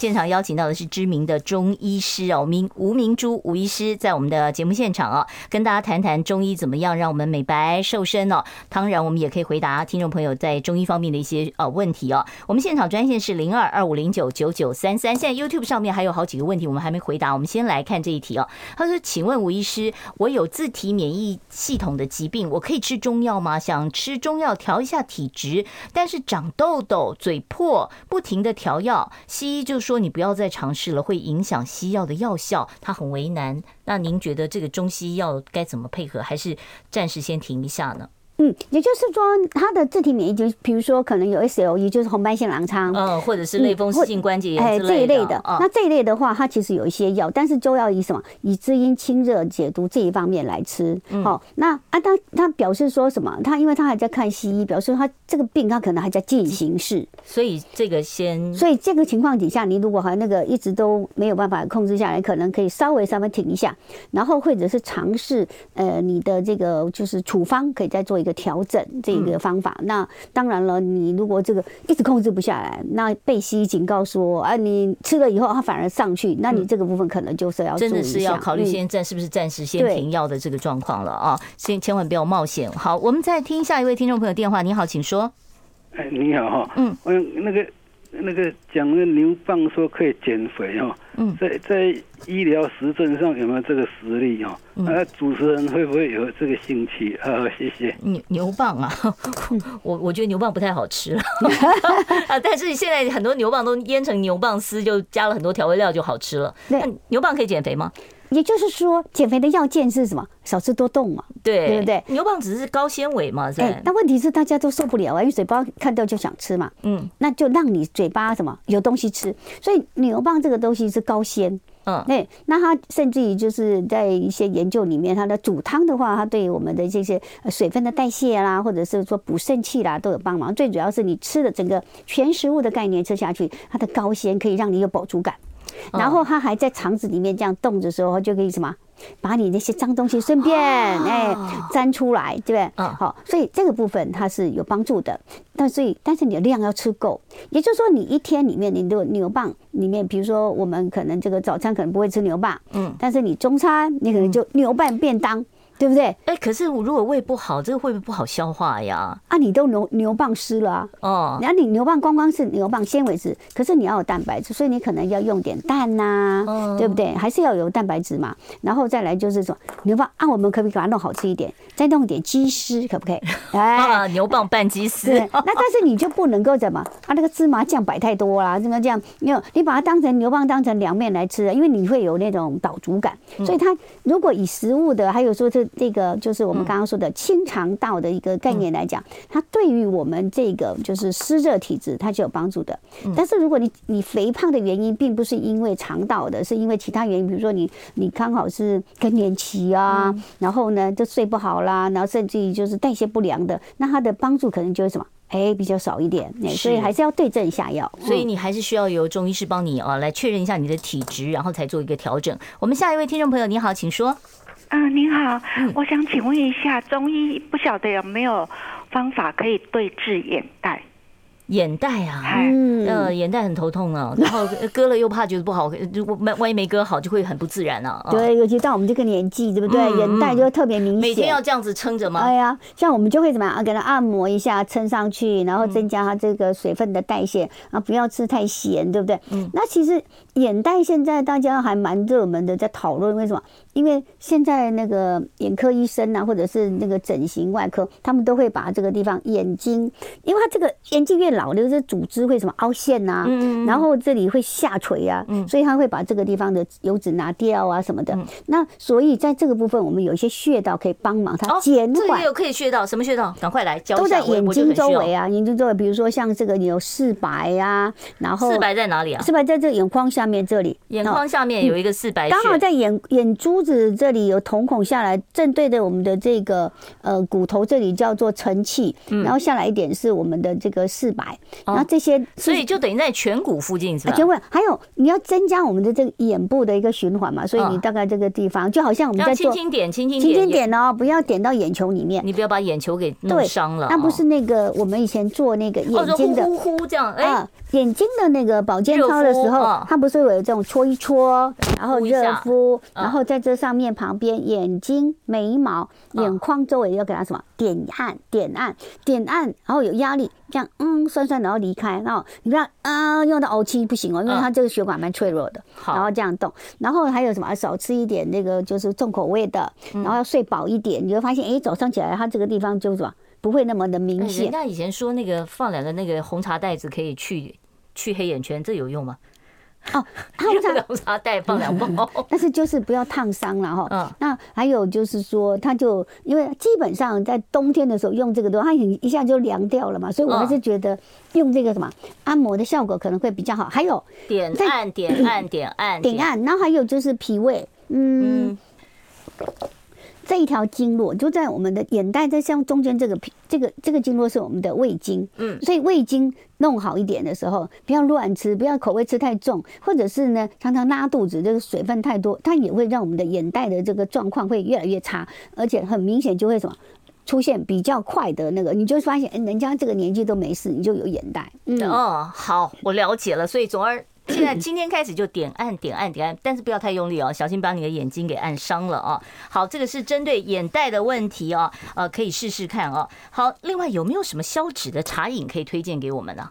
现场邀请到的是知名的中医师哦，明吴明珠吴医师，在我们的节目现场啊，跟大家谈谈中医怎么样让我们美白瘦身哦。当然，我们也可以回答听众朋友在中医方面的一些呃问题哦。我们现场专线是零二二五零九九九三三，现在 YouTube 上面还有好几个问题我们还没回答，我们先来看这一题哦。他说：“请问吴医师，我有自体免疫系统的疾病，我可以吃中药吗？想吃中药调一下体质，但是长痘痘、嘴破，不停的调药，西医就说你不要再尝试了，会影响西药的药效，他很为难。那您觉得这个中西药该怎么配合，还是暂时先停一下呢？嗯，也就是说，它的自体免疫疾，比如说可能有 SLE，就是红斑性狼疮，哎嗯，或者是类风湿性关节炎之这一哦类的哦的。啊那这一类的话，它其实有一些药，但是就要以什么以滋阴清热解毒这一方面来吃。好，那啊，他他表示说什么？他因为他还在看西医，表示他这个病他可能还在进行式，所以这个先所以这个情况底下，你如果还那个一直都没有办法控制下来，可能可以稍微稍微停一下，然后或者是尝试呃你的这个就是处方可以再做一个调整这一个方法。那当然了，你如果这个一直控制不下来，那被西医警告说啊，你吃了以后它反而上去，那你这个部分可能就是要注意真一下的是要考虑嗯先暂是不是暂时先对停药的这个状况了啊，先千万不要冒险。好，我们再听下一位听众朋友电话，你好，请说。哎，你好哈、嗯嗯，那个那个讲那个牛蒡说可以减肥哈、嗯在在医疗实证上有没有这个实例哈、嗯那、主持人会不会有这个兴趣？啊，谢谢。牛牛蒡啊， 我我觉得牛蒡不太好吃 了啊，但是现在很多牛蒡都腌成牛蒡丝，就加了很多调味料就好吃了。对那牛蒡可以减肥吗？也就是说，减肥的要件是什么？少吃多动嘛。对，对不对牛蒡只是高纤维嘛，哎、在但问题是大家都受不了啊，因为嘴巴看到就想吃嘛。嗯那就让你嘴巴什么有东西吃。所以牛蒡这个东西是高纤，嗯对，那它甚至于就是在一些研究里面，它的煮汤的话，它对我们的这些呃水分的代谢啦，或者是说补肾气啦都有帮忙。最主要是你吃的整个全食物的概念吃下去，它的高纤可以让你有饱足感。嗯然后它还在肠子里面这样动的时候，就可以什么，把你那些脏东西顺便哎粘出来，对不对？嗯好，所以这个部分它是有帮助的。但所以，但是你的量要吃够，也就是说，你一天里面，你的牛蒡里面，比如说我们可能这个早餐可能不会吃牛蒡，嗯。但是你中餐你可能就牛蒡便当，对不对？哎、可是我如果胃不好，这个会不会不好消化呀？啊，你都牛牛蒡湿了啊，哦，然后你牛蒡光光是牛蒡纤维质，可是你要有蛋白质，所以你可能要用点蛋呐、嗯对不对？还是要有蛋白质嘛。然后再来就是说牛蒡啊，我们可不可以把它弄好吃一点？再弄点鸡丝，可 不可以？哎啊，，牛蒡拌鸡丝 是，，那但是你就不能够怎么啊？那个芝麻酱摆太多啦，这个酱，因为你把它当成牛蒡当成凉面来吃，因为你会有那种饱足感。嗯所以它如果以食物的，还有说这这个就是我们刚刚说的清肠道的一个概念来讲，它对于我们这个就是湿热体质，它是有帮助的。嗯但是如果你你肥胖的原因并不是因为肠道的，是因为其他原因，比如说你你刚好是更年期啊，嗯然后呢就睡不好啦，然后甚至于就是代谢不良的，那它的帮助可能就会什么？哎，比较少一点，哎，所以是还是要对症下药。所以嗯你还是需要由中医师帮你啊来确认一下你的体质，然后才做一个调整。我们下一位听众朋友，你好，请说。嗯，您好，我想请问一下，中医不晓得有没有方法可以对治眼袋？眼袋啊，哎、嗯呃，眼袋很头痛啊，然后呃割了又怕觉得不好，呃如果万万一没割好，就会很不自然啊。啊，对，尤其到我们这个年纪，对不对？嗯眼袋就会特别明显。每天要这样子撑着吗哎？呀，像我们就会怎么样啊？给它按摩一下，撑上去，然后嗯增加它这个水分的代谢啊，不要吃太咸，对不对？嗯。那其实眼袋现在大家还蛮热门的，在讨论为什么？因为现在那个眼科医生啊，或者是那个整形外科，他们都会把这个地方眼睛，因为它这个眼睛越老，就是组织会什么凹陷呐、嗯嗯嗯嗯然后这里会下垂啊，所以他会把这个地方的油脂拿掉啊什么的。那所以在这个部分，我们有一些穴道可以帮忙它哦，减这缓个。有可以穴道，什么穴道？赶快来教都一下在我眼我就睛很需周围要。啊，眼睛周围，比如说像这个有四白啊，然后四白在哪里啊？四白在这眼眶下面这里，眼哦眶下面有一个四白穴刚，好在眼眼珠子这里有瞳孔下来，正对着我们的这个呃骨头这里叫做承泣，嗯然后下来一点是我们的这个四白，然后这些哦所以就等于在颧骨附近是啊，吧？全部还有你要增加我们的这个眼部的一个循环嘛，所以你嗯大概这个地方就好像我们要在轻做轻点，轻轻轻点，轻点哦，不要点到眼球里面。你不要把眼球给弄对，伤了啊。那不是那个我们以前做那个哦，眼说睛呼的呼呼这样，哎啊，，眼睛的那个保健操热的时敷候嗯，它不是有这种搓一搓，然后敷一下热敷，嗯然后在这上面旁边眼睛、眉毛、嗯眼眶周围要给它什么点按、点按、点按，然后有压力，这样嗯酸酸，然后离开，然后你不要啊用到呕气不行哦，因为嗯它这个血管蛮脆弱的，好然后这样动，然后还有什么少吃一点那个就是重口味的，嗯然后要睡饱一点，你会发现哎早上起来它这个地方就是什么不会那么的哎明人显。家以前说那个放两个那个红茶袋子可以去去黑眼圈，这有用吗？ 哦，热凉茶袋放两包。但是就是不要烫伤了哈。嗯那还有就是说，它就因为基本上在冬天的时候用这个东西，它很一下就凉掉了嘛，所以我还是觉得用这个什么按摩的效果可能会比较好。还有点按点按点按点，按，然后还有就是脾胃，嗯，这一条经络就在我们的眼袋，在像中间这个脾，这个这个经络是我们的胃经，嗯所以胃经弄好一点的时候，不要乱吃，不要口味吃太重，或者是呢常常拉肚子，这个水分太多，它也会让我们的眼袋的这个状况会越来越差，而且很明显就会什么。出现比较快的那个，你就会发现，哎人家这个年纪都没事，你就有眼袋。嗯，哦，好，我了解了。所以总而现 在今天开始就点按点按点按，但是不要太用力哦，小心把你的眼睛给按伤了哦。好，这个是针对眼袋的问题哦，呃，可以试试看哦。好，另外有没有什么消脂的茶饮可以推荐给我们呢？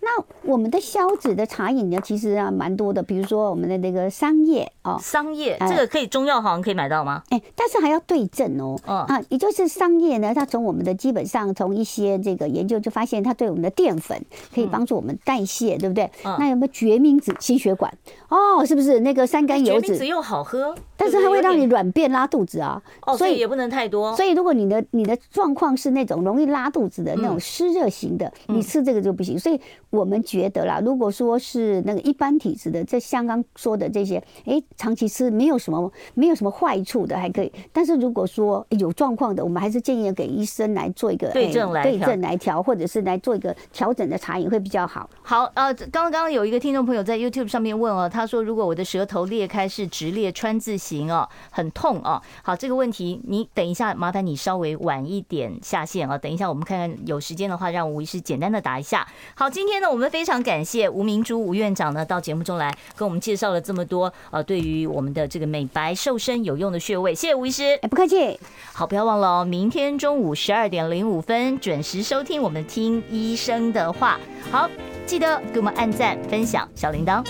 那我们的消脂的茶饮呢，其实啊蛮多的，比如说我们的那个桑叶哦，桑叶哎这个可以中药行可以买到吗？哎，但是还要对症哦。嗯啊，也就是桑叶呢，它从我们的基本上从一些这个研究就发现，它对我们的淀粉可以帮助我们代谢，对不对？嗯那有没有决明子心血管？哦，是不是那个三甘决油明子脂？又好喝，但是对它不对有会让你点软便拉肚子啊，哦，所以也不能太多。所以，如果你的你的状况是那种容易拉肚子的那种嗯湿热型的，你吃这个就不行。所以我们觉得啦，如果说是那个一般体质的，这像刚说的这些，哎，长期吃没有什么没有什么坏处的，还可嗯以。但是如果说诶有状况的，我们还是建议给医生来做一个对诶症来对调症来调，或者是来做一个调整的茶饮会比较好。好，呃，刚刚有一个听众朋友在 YouTube 上面问哦，他说如果我的舌头裂开是直裂川字形哦，很痛哦。好，这个问题你等一下，麻烦你稍微晚一点下线啊、等一下我们看看有时间的话，让吴医师简单的答一下。好，今天呢，我们非常感谢吴明珠吴院长呢到节目中来跟我们介绍了这么多呃，对于我们的这个美白瘦身有用的穴位，谢谢吴医师。哎，不客气，好，不要忘了哦，明天中午十二点零五分准时收听我们听医生的话。好，记得给我们按赞、分享、小铃铛。